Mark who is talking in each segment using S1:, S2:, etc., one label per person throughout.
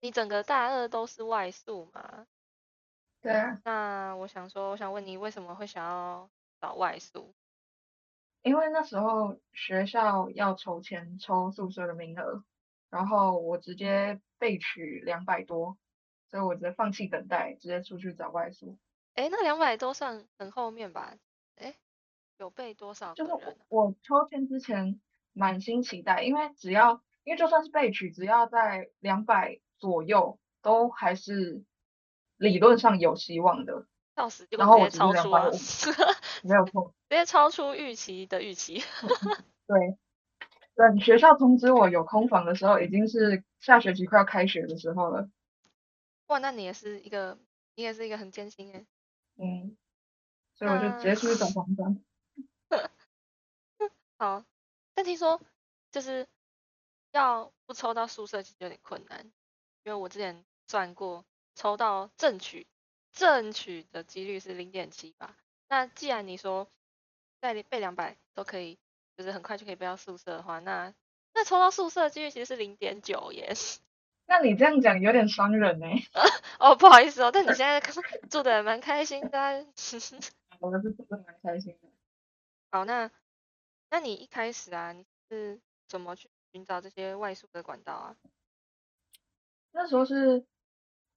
S1: 你整个大二都是外宿嘛？
S2: 对啊，
S1: 那我想说，我想问你为什么会想要找外宿？
S2: 因为那时候学校要筹钱抽宿舍的名额，然后我直接被取两百多，所以我直接放弃等待，直接出去找外宿。
S1: 诶，那两百多算很后面吧？诶，有被多少
S2: 就是
S1: 个人
S2: 我
S1: 啊？
S2: 我抽签之前满心期待，因为只要因为就算是被取，只要在两百左右，都还是理论上有希望的。
S1: 笑死，结果
S2: 然
S1: 直
S2: 后我
S1: 接
S2: 只是
S1: 超
S2: 两
S1: 出
S2: 百
S1: 了，
S2: 五，
S1: 直
S2: 没有错，
S1: 接超出预期的预期。
S2: 对。等学校通知我有空房的时候，已经是下学期快要开学的时候了。
S1: 哇，那你也是一个，你也是一个很艰辛诶。欸
S2: 嗯，所以我就直
S1: 那
S2: 接出去找房东。
S1: 好，但听说就是要不抽到宿舍其实有点困难，因为我之前算过，抽到正取正取的几率是零点七吧。那既然你说在被两百都可以，就是很快就可以背到宿舍的话，那那抽到宿舍的几率其实是零点九耶。
S2: 那你这样讲有点伤人呢、欸
S1: 哦，不好意思哦，但你现在住的蛮开心的啊、
S2: 我们是真的蛮开心的。
S1: 好，那那你一开始啊，你是怎么去寻找这些外宿的管道啊？
S2: 那时候是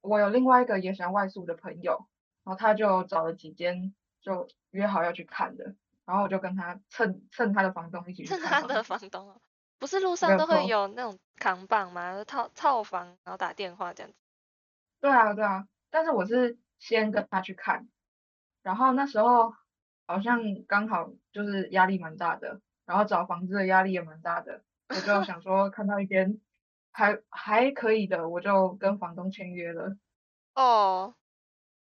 S2: 我有另外一个也想外宿的朋友，然后他就找了几间就约好要去看的，然后我就跟他蹭蹭他的房东一起去
S1: 是他
S2: 看房
S1: 的
S2: 子，
S1: 房东哦，不是路
S2: 没
S1: 上
S2: 有
S1: 都会
S2: 错。
S1: 有那种扛棒吗？套套房，然后打电话这样子。
S2: 对啊，对啊，但是我是先跟他去看，然后那时候好像刚好就是压力蛮大的，然后找房子的压力也蛮 大的，我就想说看到一间还还可以的，我就跟房东签约了。
S1: 哦，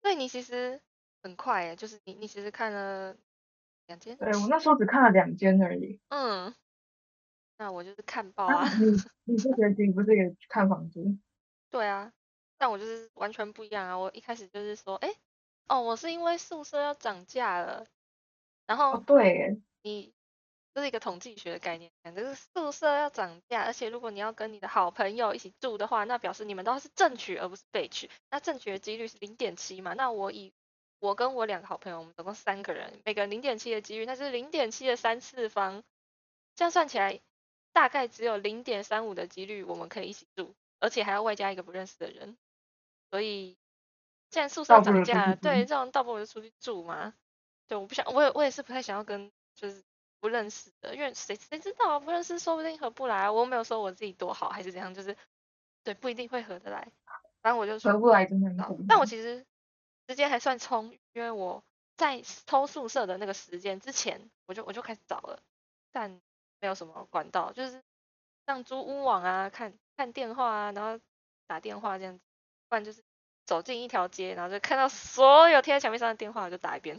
S1: 对你其实很快耶，就是你你其实看了两间，
S2: 对，我那时候只看了两间而已。
S1: 嗯，那我就是看报
S2: 啊，
S1: 啊，
S2: 你 你这学期不是也去看房子？
S1: 对啊，但我就是完全不一样啊，我一开始就是说，哎，哦，我是因为宿舍要涨价了，然
S2: 哦，
S1: 后
S2: 对耶，
S1: 你这是一个统计学的概念，就是宿舍要涨价，而且如果你要跟你的好朋友一起住的话，那表示你们都是正取而不是被取，那正取的几率是零点七嘛，那我以我跟我两个好朋友，我们总共三个人，每个零点七的几率，那就是零点七的三次方，这样算起来大概只有零点三五的几率我们可以一起住，而且还要外加一个不认识的人，所以既然宿舍
S2: 倒不
S1: 涨
S2: 如出
S1: 价
S2: 去
S1: 了，对，
S2: 住。
S1: 这样倒不如出去住嘛。对，我不想，我也我也是不太想要跟就是不认识的，因为谁谁知道啊，不认识说不定合不来啊。我又没有说我自己多好还是怎样，就是对，不一定会合得来。反正我就
S2: 合
S1: 说
S2: 不来真的很
S1: 到，
S2: 恐
S1: 哦但我
S2: 怖。
S1: 其实时间还算充裕，因为我在抽宿舍的那个时间之前，我就我就开始找了，但没有什么管道，就是像租屋网啊，看看电话啊，然后打电话这样子，不然就是走进一条街，然后就看到所有贴在墙壁上的电话，我就打一遍。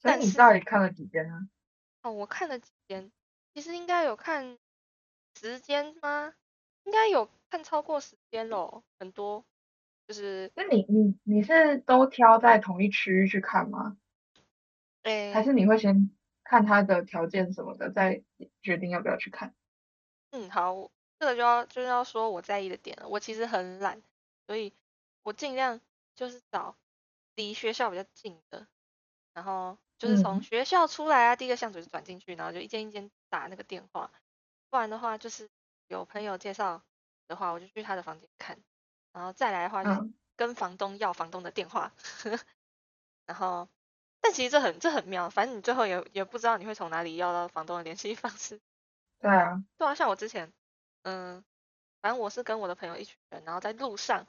S2: 所以
S1: 但
S2: 你到
S1: 是
S2: 底看了几间啊？
S1: 哦，我看了几间，其实应该有看时间吗？应该有看超过时间咯，很多。就是
S2: 那你你你是都挑在同一区域去看吗？还
S1: 诶，
S2: 是你会先看他的条件什么的，再决定要不要去看？
S1: 嗯，好，我这个就要就是要说我在意的点了。我其实很懒，所以我尽量就是找离学校比较近的，然后就是从
S2: 嗯，
S1: 学校出来啊，第一个巷子就转进去，然后就一间一间打那个电话。不然的话，就是有朋友介绍的话，我就去他的房间看，然后再来的话就是
S2: 嗯，
S1: 跟房东要房东的电话， 然后但其实这很这很妙，反正你最后也也不知道你会从哪里要到房东的联系方式。
S2: 对啊，
S1: 对啊，像我之前，嗯，反正我是跟我的朋友一群人，然后在路上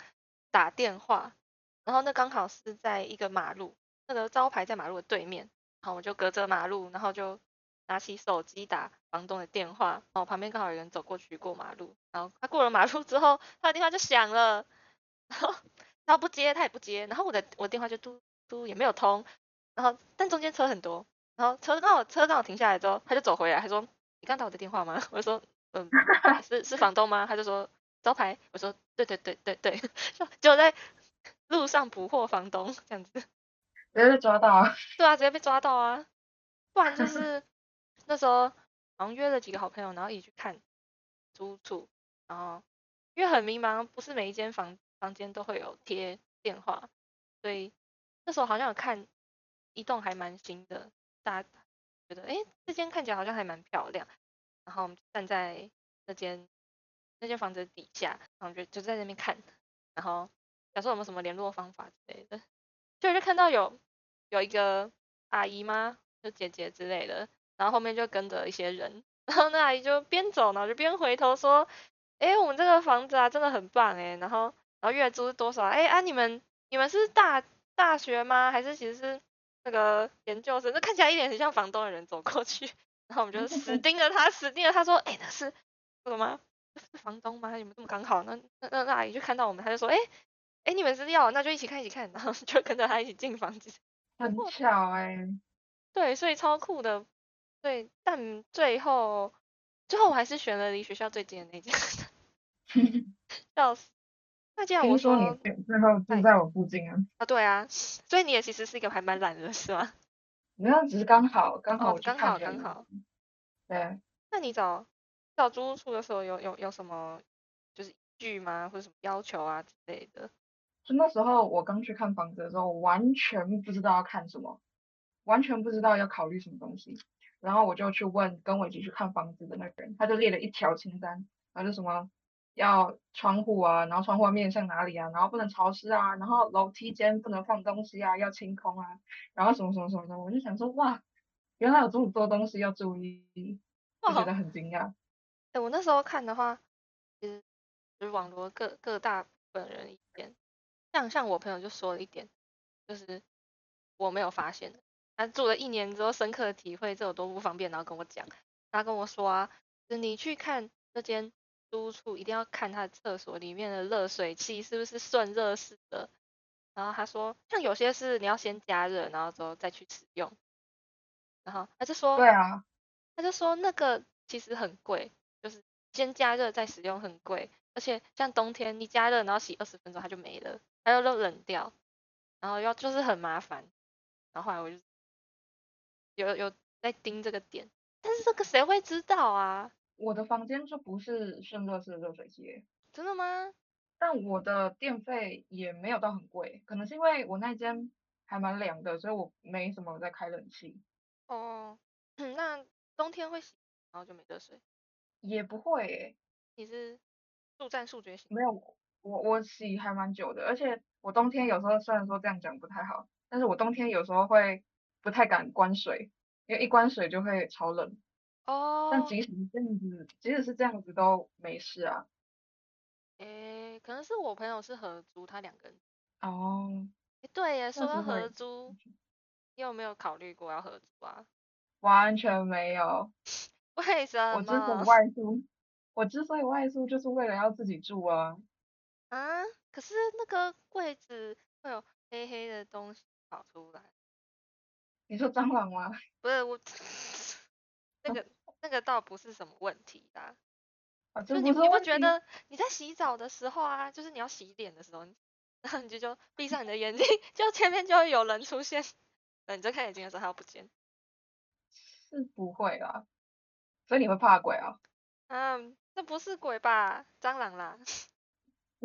S1: 打电话，然后那刚好是在一个马路，那个招牌在马路的对面，然后我就隔着马路，然后就拿起手机打房东的电话，然后旁边刚好有人走过去过马路，然后他过了马路之后，他的电话就响了，然后他不接，他也不接，然后我的我电话就嘟嘟也没有通，然后但中间车很多，然后车刚好车刚好停下来之后，他就走回来，他说你刚打我的电话吗？我就说嗯，是是房东吗？他就说招牌，我说对对对对 对，就在路上捕获房东这样子，
S2: 直接被抓到啊。
S1: 对啊，直接被抓到啊，不然就是那时候好像约了几个好朋友，然后一起去看租屋处，然后。因为很迷茫，不是每一间房房间都会有贴电话，所以那时候好像有看一栋还蛮新的，大家觉得哎，诶这间看起来好像还蛮漂亮，然后我们就站在那间那间房子底下，然后就就在那边看，然后想说有没有什么联络方法之类的，就就看到有有一个阿姨吗，就姐姐之类的，然后后面就跟着一些人， 然后那阿姨就边走呢就边回头说。哎，我们这个房子啊，真的很棒哎。然后，然后月租是多少啊？哎啊，你们你们是大大学吗？还是其实是那个研究生？那看起来一脸很像房东的人走过去，然后我们就死盯着他，死盯着他说，哎，那是这个吗？是房东吗？你们这么刚好？那那那那阿姨就看到我们，她就说，哎哎，你们是要，那就一起看一起看，然后就跟着他一起进房间。
S2: 很
S1: 哦
S2: 巧哎、
S1: 对，所以超酷的。对，但最后最后我还是选了离学校最近的那间。 笑死！那既然我
S2: 听
S1: 说
S2: 说你最最后住在我附近啊，
S1: 啊，对啊，所以你也其实是一个还蛮懒的，是吗？
S2: 没有，只是刚好刚好
S1: 哦
S2: 我，去
S1: 刚
S2: 看
S1: 好
S2: 而
S1: 刚
S2: 已
S1: 好。
S2: 对，
S1: 那你找找租屋处的时候有有有什么就是依据吗，或者什么要求啊之类的？
S2: 就那时候我刚去看房子的时候，完全不知道要看什么，完全不知道要考虑什么东西。然后我就去问跟我一起去看房子的那个人，他就列了一条清单，然后就什么要窗户啊，然后窗户要面向哪里啊，然后不能潮湿啊，然后楼梯间不能放东西啊，要清空啊，然后什么什么什么的。我就想说，哇，原来有这么多东西要注意，就觉
S1: 哦
S2: 得很惊讶。
S1: 哎，我那时候看的话，其实就是网罗各各大部分人意见，像像我朋友就说了一点，就是我没有发现的，他住了一年之后深刻的体会这有多不方便，然后跟我讲，他跟我说啊，就是你去看这间租屋处，一定要看他的厕所里面的热水器是不是顺热式的，然后他说，像有些是你要先加热，然后之后再去使用，然后他就说，
S2: 对啊，
S1: 他就说那个其实很贵，就是先加热再使用很贵，而且像冬天你加热然后洗二十分钟它就没了，它又都冷掉，然后要就是很麻烦。然后后来我就有有在盯这个点，但是这个谁会知道啊？
S2: 我的房间就不是顺热式的热水器耶。
S1: 真的吗？
S2: 但我的电费也没有到很贵，可能是因为我那间还蛮凉的，所以我没什么在开冷气，
S1: 哦，那冬天会洗，然后就没热水。
S2: 也不会诶，
S1: 你是速战速决型
S2: 没有，我我洗还蛮久的，而且我冬天有时候虽然说这样讲不太好，但是我冬天有时候会不太敢关水，因为一关水就会超冷。但
S1: 哦，
S2: 即使是这样子，即使是这样子都没事啊。
S1: 诶，可能是我朋友是合租，他两个人。
S2: 哦，
S1: 诶对耶，
S2: 这
S1: 说
S2: 样
S1: 到
S2: 子
S1: 合
S2: 会
S1: 租，你有没有考虑过要合租啊？
S2: 完全没有。
S1: 为什
S2: 我之所以
S1: 么
S2: 外宿，我之所以外宿就是为了要自己住啊。
S1: 啊？可是那个柜子会有黑黑的东西跑出来，
S2: 你说蟑螂吗？
S1: 不是我 那个那个倒不是什么问题啦，
S2: 啊，
S1: 就
S2: 这
S1: 是
S2: 不
S1: 你
S2: 是
S1: 你不
S2: 问
S1: 觉
S2: 题。
S1: 得你在洗澡的时候啊，就是你要洗脸的时候，然后你就就闭上你的眼睛， 就前面就会有人出现，等你睁开眼睛的时候他又不见。
S2: 是不会啦。所以你会怕鬼啊？
S1: 嗯，这不是鬼吧？蟑螂啦。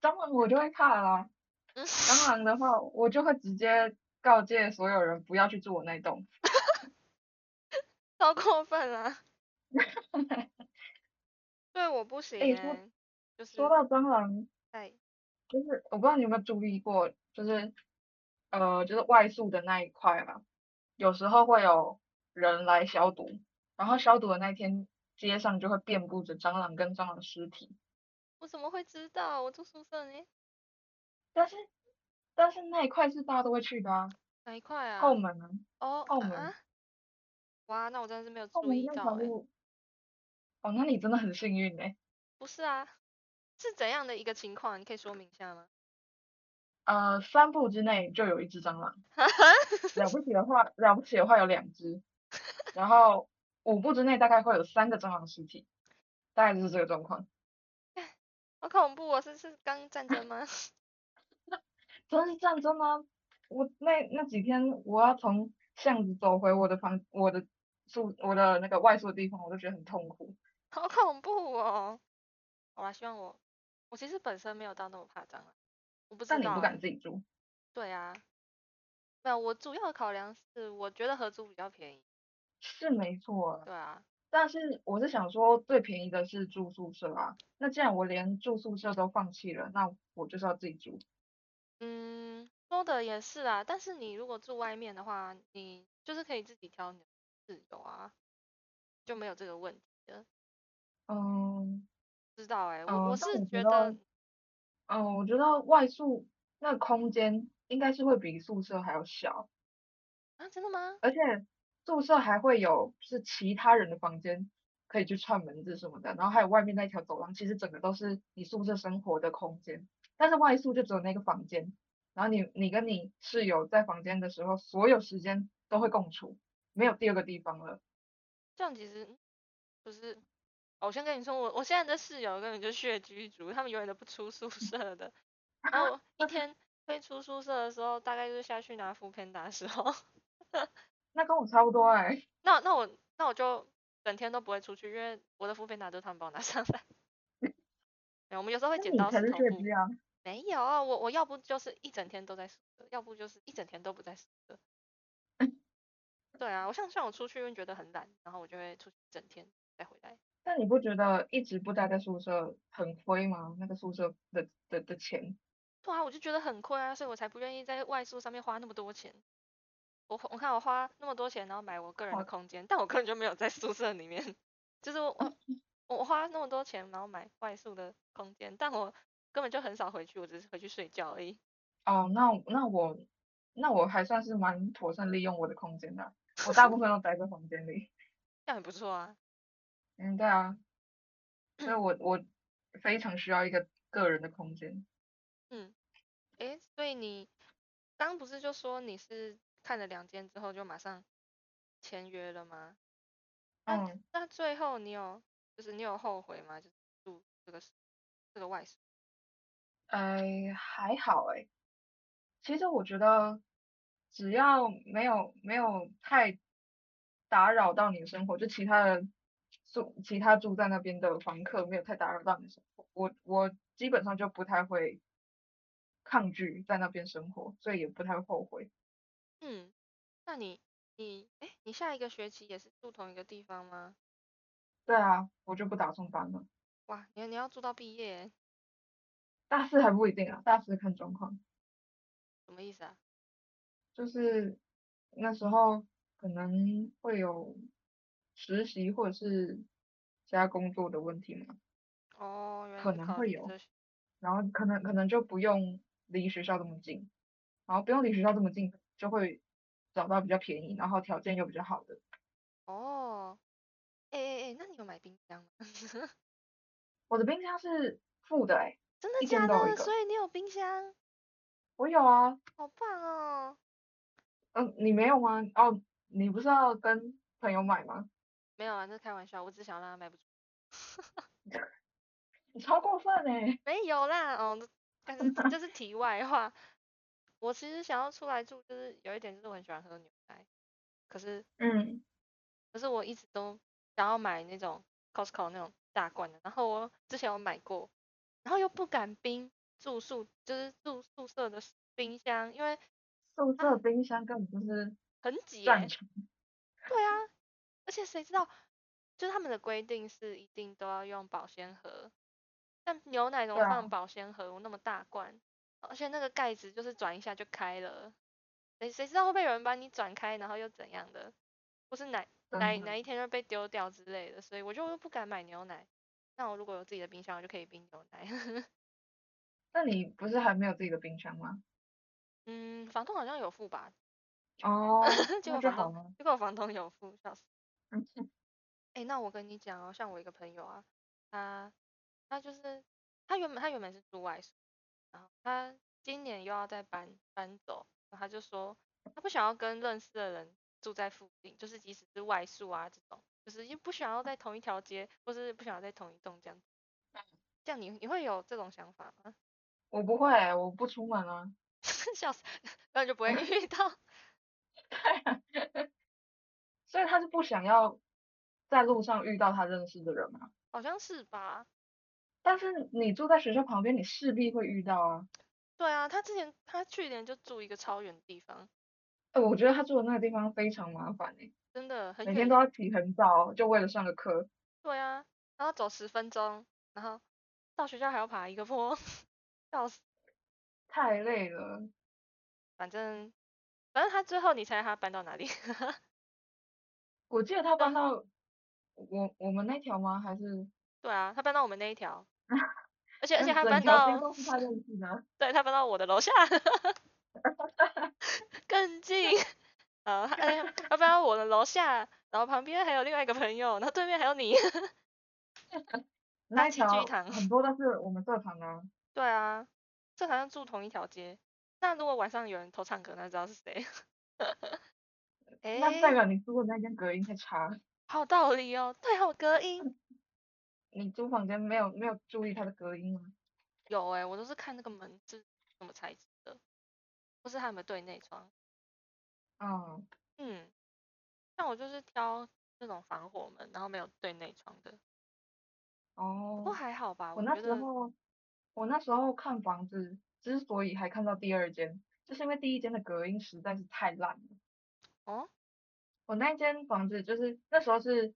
S2: 蟑螂我就会怕啦。
S1: 嗯，
S2: 蟑螂的话，我就会直接告诫所有人不要去住我那栋。
S1: 超过分 了。
S2: 哎
S1: 对，我不行
S2: 说
S1: 哎，就
S2: 说
S1: 是哎
S2: 到蟑螂，
S1: 在
S2: 就是我不知道你有没有注意过，就是呃，就是外宿的那一块嘛，有时候会有人来消毒，然后消毒的那一天，街上就会遍布着蟑螂跟蟑螂尸体。
S1: 我怎么会知道？我住宿舍呢，
S2: 但是但是那一块是大家都会去的啊，
S1: 哪一块
S2: 后
S1: 啊？
S2: 门啊，
S1: 哦
S2: 后
S1: 啊
S2: 门。
S1: 啊！哇，那我真的是没有
S2: 后
S1: 注
S2: 门
S1: 意
S2: 那
S1: 到
S2: 条
S1: 哎、
S2: 路，哦，那你真的很幸运哎、
S1: 不是啊，是怎样的一个情况？你可以说明一下吗？
S2: 呃，三步之内就有一只 蟑螂，了不起的话，了不起的话有两只，然后五步之内大概会有三个蟑螂尸体，大概就是这个状况。
S1: 好恐怖哦！是是刚战争吗？
S2: 真是战争吗？我那那几天我要从巷子走回我的房，我的宿，我的那个外宿的地方，我都觉得很痛苦。
S1: 好恐怖哦！好吧，希望我，我其实本身没有到那么怕蟑螂，我不知道
S2: 但你不
S1: 欸
S2: 敢自己住，
S1: 对啊，没有，我主要的考量是我觉得合租比较便宜。
S2: 是没错啦。
S1: 对啊，
S2: 但是我是想说，最便宜的是住宿舍啊。那既然我连住宿舍都放弃了，那我就是要自己住。
S1: 嗯，说的也是啦。但是你如果住外面的话，你就是可以自己挑你的室友啊，就没有这个问题了。
S2: 嗯
S1: 不知道哎、
S2: 嗯，
S1: 我我
S2: 呃但
S1: 是
S2: 我
S1: 觉
S2: 觉得
S1: 得，
S2: 嗯，我觉得外宿那个空间应该是会比宿舍还要小，
S1: 啊，真的吗？
S2: 而且宿舍还会有就是其他人的房间可以去串门子什么的，然后还有外面那一条走廊，其实整个都是你宿舍生活的空间。但是外宿就只有那个房间，然后你你跟你室友在房间的时候，所有时间都会共处，没有第二个地方了。
S1: 这样其实不是。哦我先跟你说，我我现在的室友根本就血居族，他们永远都不出宿舍的。然后我一天会出宿舍的时候，大概就是下去拿副片打 时候。
S2: 那跟我差不多哎、
S1: 那那我那我就整天都不会出去，因为我的副片打都是他们帮我拿上来。 没有我们有时候会
S2: 那
S1: 剪
S2: 你
S1: 刀
S2: 才
S1: 石
S2: 是
S1: 头
S2: 血
S1: 布。
S2: 居啊！
S1: 没有，我我要不就是一整天都在宿舍，要不就是一整天都不在宿 舍。对啊，我像像我出去会觉得很懒，然后我就会出去一整天再回来。
S2: 但你不觉得一直不待在宿舍很亏吗？那个宿舍的的的钱。
S1: 对啊，我就觉得很亏啊，所以我才不愿意在外宿上面花那么多钱。我花我看我花那么多钱，然后买我个人的
S2: 好
S1: 空间，但我根本就没有在宿舍里面。 就是我我我花那么多钱，然后买外宿的空间，但我根本就很少回去，我只是回去睡觉而已。
S2: 哦，那我那我那我还算是蛮妥善利用我的空间的，我大部分都待在房间里。
S1: 这样很不错啊。
S2: 嗯，对啊，所以
S1: 嗯
S2: 我我非常需要一个个人的空间。
S1: 嗯，诶，所以你刚不是就说你是看了两间之后就马上签约了吗？那
S2: 嗯，
S1: 那最后你有就是你有后悔吗？就是住这个这个外宿？
S2: 哎，还好哎。其实我觉得，只要没有没有太打扰到你的生活，就其他的住其他住在那边的房客没有太打扰到你的生活，我我基本上就不太会抗拒在那边生活，所以也不太会后悔。
S1: 嗯，那你你诶，你下一个学期也是住同一个地方吗？
S2: 对啊，我就不打算搬了。
S1: 哇，你你要住到毕业耶，
S2: 大四还不一定啊，大四看状况。
S1: 什么意思啊？
S2: 就是那时候可能会有实习或者是其他工作的问题嘛，
S1: 哦，原来
S2: 可
S1: 是
S2: 能
S1: 考
S2: 会
S1: 虑
S2: 有，
S1: 这些。
S2: 然后可能可能就不用离学校这么近，然后不用离学校这么近，就会找到比较便宜，然后条件又比较好的。
S1: 哦，诶诶诶，那你有买冰箱吗？
S2: 我的冰箱是负的哎，
S1: 真的
S2: 一
S1: 假
S2: 间都有一
S1: 的？
S2: 个，
S1: 所以你有冰箱，
S2: 我有啊，
S1: 好棒哦！
S2: 嗯，你没有吗？哦，你不是要跟朋友买吗？
S1: 没有啊，那开玩笑，我只想让他卖不出。
S2: 你超过分哎，
S1: 没有啦，哦，这但是这是题外话。我其实想要出来住，就是有一点就是我很喜欢喝牛奶，可是
S2: 嗯，
S1: 可是我一直都想要买那种 Costco 那种大罐的，然后我之前有买过，然后又不敢冰住宿，就是住宿舍的冰箱，因为
S2: 宿舍
S1: 啊
S2: 冰箱根本就是
S1: 很挤
S2: 战
S1: 耶。
S2: 场。
S1: 对啊，而且谁知道，就是他们的规定是一定都要用保鲜盒，但牛奶怎
S2: 对
S1: 么
S2: 啊，
S1: 放保鲜盒？我那么大罐，而且那个盖子就是转一下就开了，谁谁知道会不会有人把你转开，然后又怎样的？或是哪哪
S2: 真的。
S1: 哪一天就被丢掉之类的，所以我就不敢买牛奶。那我如果有自己的冰箱，我就可以冰牛奶。
S2: 那你不是还没有自己的冰箱吗？
S1: 嗯，房东好像有付吧？
S2: 哦，
S1: 结果
S2: 那就
S1: 房
S2: 好
S1: 东，
S2: 了。
S1: 结果房东有付，笑死。
S2: 嗯，
S1: 哎、那我跟你讲哦，像我一个朋友啊，他他就是他原本他原本是住外宿，然后他今年又要再搬搬走，然后他就说他不想要跟认识的人住在附近，就是即使是外宿啊这种，就是又不想要在同一条街，或是不想要在同一栋这样子。
S2: 嗯
S1: 这样你你会有这种想法吗？
S2: 我不会欸，我不出门啊。
S1: 笑死， 那你就不会遇到。
S2: 所以他是不想要在路上遇到他认识的人嘛？
S1: 好像是吧？
S2: 但是你住在学校旁边，你势必会遇到啊。
S1: 对啊，他之前他去年就住一个超远的地方，
S2: 哎，我觉得他住的那个地方非常麻烦哎，
S1: 真的很
S2: 每
S1: 远
S2: 天都。要起很早，就为了上个课。
S1: 对啊，然后走十分钟，然后到学校还要爬一个坡， 笑死。
S2: 太累了，
S1: 反正反正他最后，你猜他搬到哪里？
S2: 我记得他搬到我我们那条吗？还是
S1: 对啊，他搬到我们那一 条，而且而且
S2: 那
S1: 他
S2: 整
S1: 搬
S2: 条街
S1: 到，
S2: 都是他认识的？啊
S1: 对他搬到我的 楼下，更近。呃，他哎呀，他搬到我的楼下，然后旁边还有另外一个朋友，然后对面还有你。
S2: 那一
S1: 寄居
S2: 条
S1: 堂
S2: 很多都是我们社团 的啊。
S1: 对啊，这好像住同一条街。那如果晚上有人偷唱歌，那知道是谁？ 哎、
S2: 那代表你住的那间隔音太差，
S1: 好有道理哦，对好隔
S2: 嗯
S1: 音。
S2: 你租房间没有没有注意它的隔音吗？
S1: 有哎、我都是看那个门是什么材质的，不是他们对内窗。
S2: 啊、
S1: 嗯，像我就是挑那种防火门，然后没有对内窗的，不过
S2: 哦，
S1: 还好吧，
S2: 我
S1: 我
S2: 那
S1: 觉
S2: 时
S1: 得
S2: 候我那时候看房子，之所以还看到第二间，就是因为第一间的隔音实在是太烂了。
S1: 哦，
S2: 我那间房子就是那时候是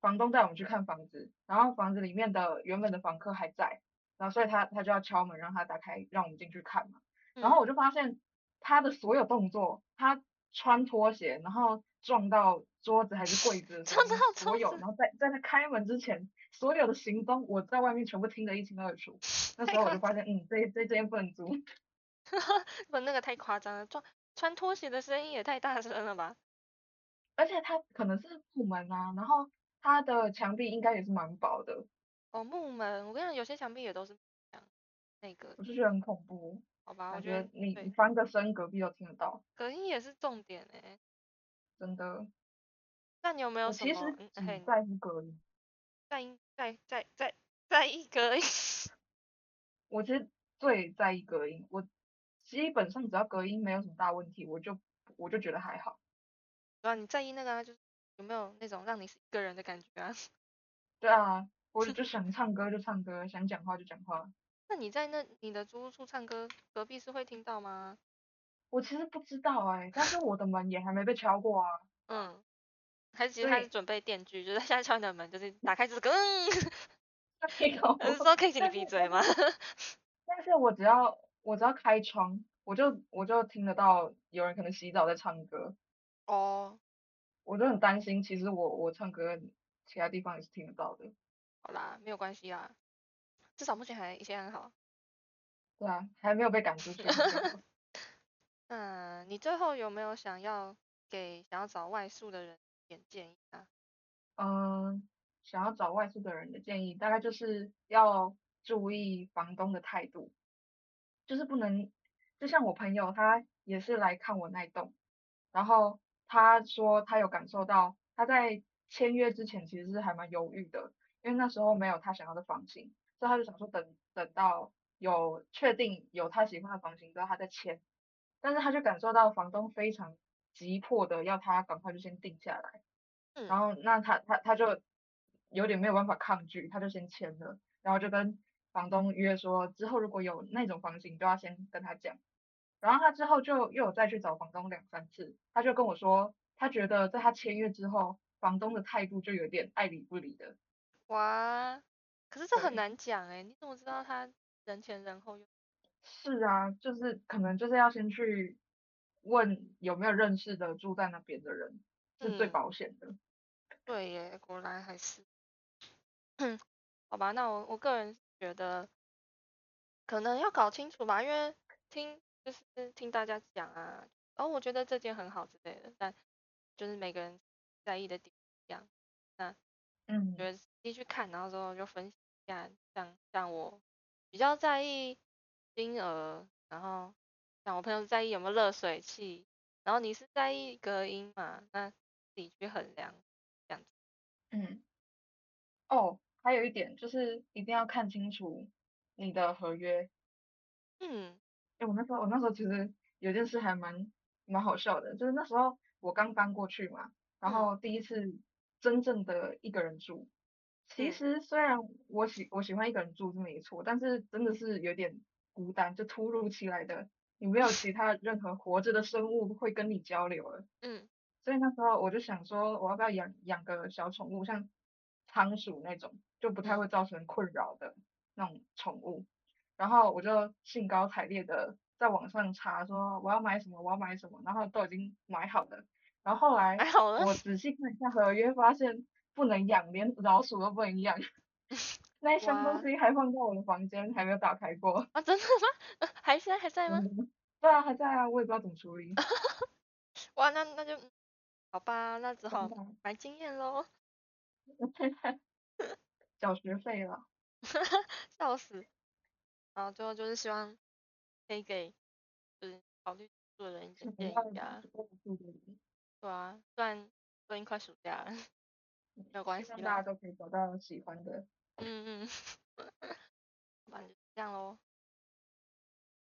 S2: 房东带我们去看房子，然后房子里面的原本的房客还在，然后所以他他就要敲门让他打开，让我们进去看嘛。然后
S1: 嗯
S2: 我就发现他的所有动作，他穿拖鞋，然后撞到桌子还是 柜子的时候，
S1: 撞
S2: 那
S1: 到
S2: 所
S1: 桌
S2: 有，
S1: 子，
S2: 然后在在他开门之前，所有的行踪我在外面全部听得一清二楚。那时
S1: 太
S2: 候
S1: 夸
S2: 我就
S1: 张，
S2: 发现，嗯，这这间不能租。
S1: 不那个太夸张了，撞穿拖鞋的声音也太大声了吧？
S2: 而且它可能是木门啊，然后它的墙壁应该也是蛮薄的，
S1: 哦，木门，我跟你讲，有些墙壁也都是这样，那个，
S2: 我就觉得很恐怖，
S1: 好啊吧，我
S2: 感
S1: 觉
S2: 觉
S1: 得
S2: 你你
S1: 对，
S2: 翻个身隔壁都听得到，
S1: 隔音也是重点哎。
S2: 真的。
S1: 那你有没有
S2: 我
S1: 什
S2: 其
S1: 么？
S2: 实
S1: 嗯，
S2: 只
S1: 嘿，
S2: 在乎隔音，
S1: 在意在在在在意隔音？
S2: 我其实最在意隔音，我基本上只要隔音没有什么大问题，我就我就觉得还好。
S1: 对啊，你在意那个啊，就是有没有那种让你是一个人的感觉啊？
S2: 对啊，我就想唱歌就唱歌，想讲话就讲话。
S1: 那你在那你的租屋处唱歌，隔壁是会听到吗？
S2: 我其实不知道哎、但是我的门也还没被敲过啊，
S1: 嗯，还是其实
S2: 所
S1: 他是
S2: 以
S1: 准备电锯，就是他现在敲你的门，就是打开这 个，
S2: 没有。
S1: 还是说可以请你
S2: 但是
S1: 闭嘴
S2: 但
S1: 吗？
S2: 是但是我只要我只要开窗，我就我就听得到有人可能洗澡在唱歌，
S1: 哦，
S2: 我就很担心。其实我我唱歌其他地方也是听得到的，
S1: 好啦，没有关系啦，至少目前还一切很好。
S2: 对啊，还没有被赶出去就好。
S1: 嗯，你最后有没有想要给想要找外宿的人一点建议啊？
S2: 嗯，想要找外宿的人的建议，大概就是要注意房东的态度，就是不能，就像我朋友他也是来看我那一栋，然后他说他有感受到他在签约之前其实是还蛮犹豫的，因为那时候没有他想要的房型，所以他就想说等等到有确定有他喜欢的房型之后他再签，但是他就感受到房东非常急迫的要他赶快就先定下来。
S1: 嗯，
S2: 然后那他他他就有点没有办法抗拒，他就先签了，然后就跟房东约说，之后如果有那种房型，就要先跟他讲。然后他之后就又有再去找房东两三次，他就跟我说，他觉得在他签约之后，房东的态度就有点爱理不理的。
S1: 哇，可是这很
S2: 对，
S1: 难讲哎，你怎么知道他人前人后又？
S2: 是啊，就是可能就是要先去问有没有认识的住在那边的人，是最
S1: 嗯，
S2: 保险的。
S1: 对耶，果然还是，好吧，那我我个人觉得。可能要搞清楚吧，因为听就是听大家讲啊，哦，我觉得这件很好之类的，但就是每个人在意的点不一样。那我觉
S2: 嗯，
S1: 得实际去看，然后之后就分析一下，像像我比较在意金额，然后像我朋友是在意有没有热水器，然后你是在意隔音嘛，那自己去衡量这样子。
S2: 嗯。哦，还有一点就是一定要看清楚你的合约。
S1: 嗯，
S2: 哎，我那时候我那时候其实有件事还蛮蛮好笑的，就是那时候我刚搬过去嘛，然
S1: 嗯，
S2: 后第一次真正的一个人住，其
S1: 嗯
S2: 实虽然我喜我喜欢一个人住是没错，但是真的是有点孤单，就突如其来的，你没有其他任何活着的生物会跟你交流了。
S1: 嗯
S2: 所以那时候我就想说，我要不要养养个小宠物，像仓鼠那种，就不太
S1: 嗯
S2: 会造成困扰的那种宠物。然后我就兴高采烈的在网上查说我要买什么，我要买什么，然后都已经买好了。然后后来
S1: 还哎好了，
S2: 我仔细看一下合约，发现不能养，连老鼠都不能养。 那一箱东
S1: 哇
S2: 西还放在我的房间，还没有打开过。
S1: 啊，真的吗？还现在还在吗？
S2: 嗯， 对啊，还在啊，我也不知道怎么 处理。
S1: 哇，那那就嗯好吧，那只
S2: 真
S1: 好
S2: 的啊，
S1: 买经验喽，
S2: 缴学费了。
S1: 笑死。然后最后就是希望可以给就是考虑做人一点
S2: 想要
S1: 建议啊，
S2: 多住的人，
S1: 对啊，虽然都已经快暑假了， 没有关
S2: 嗯希望
S1: 系
S2: 大家
S1: 啦，
S2: 都可以找到喜欢的。
S1: 嗯嗯，好吧，就这样喽。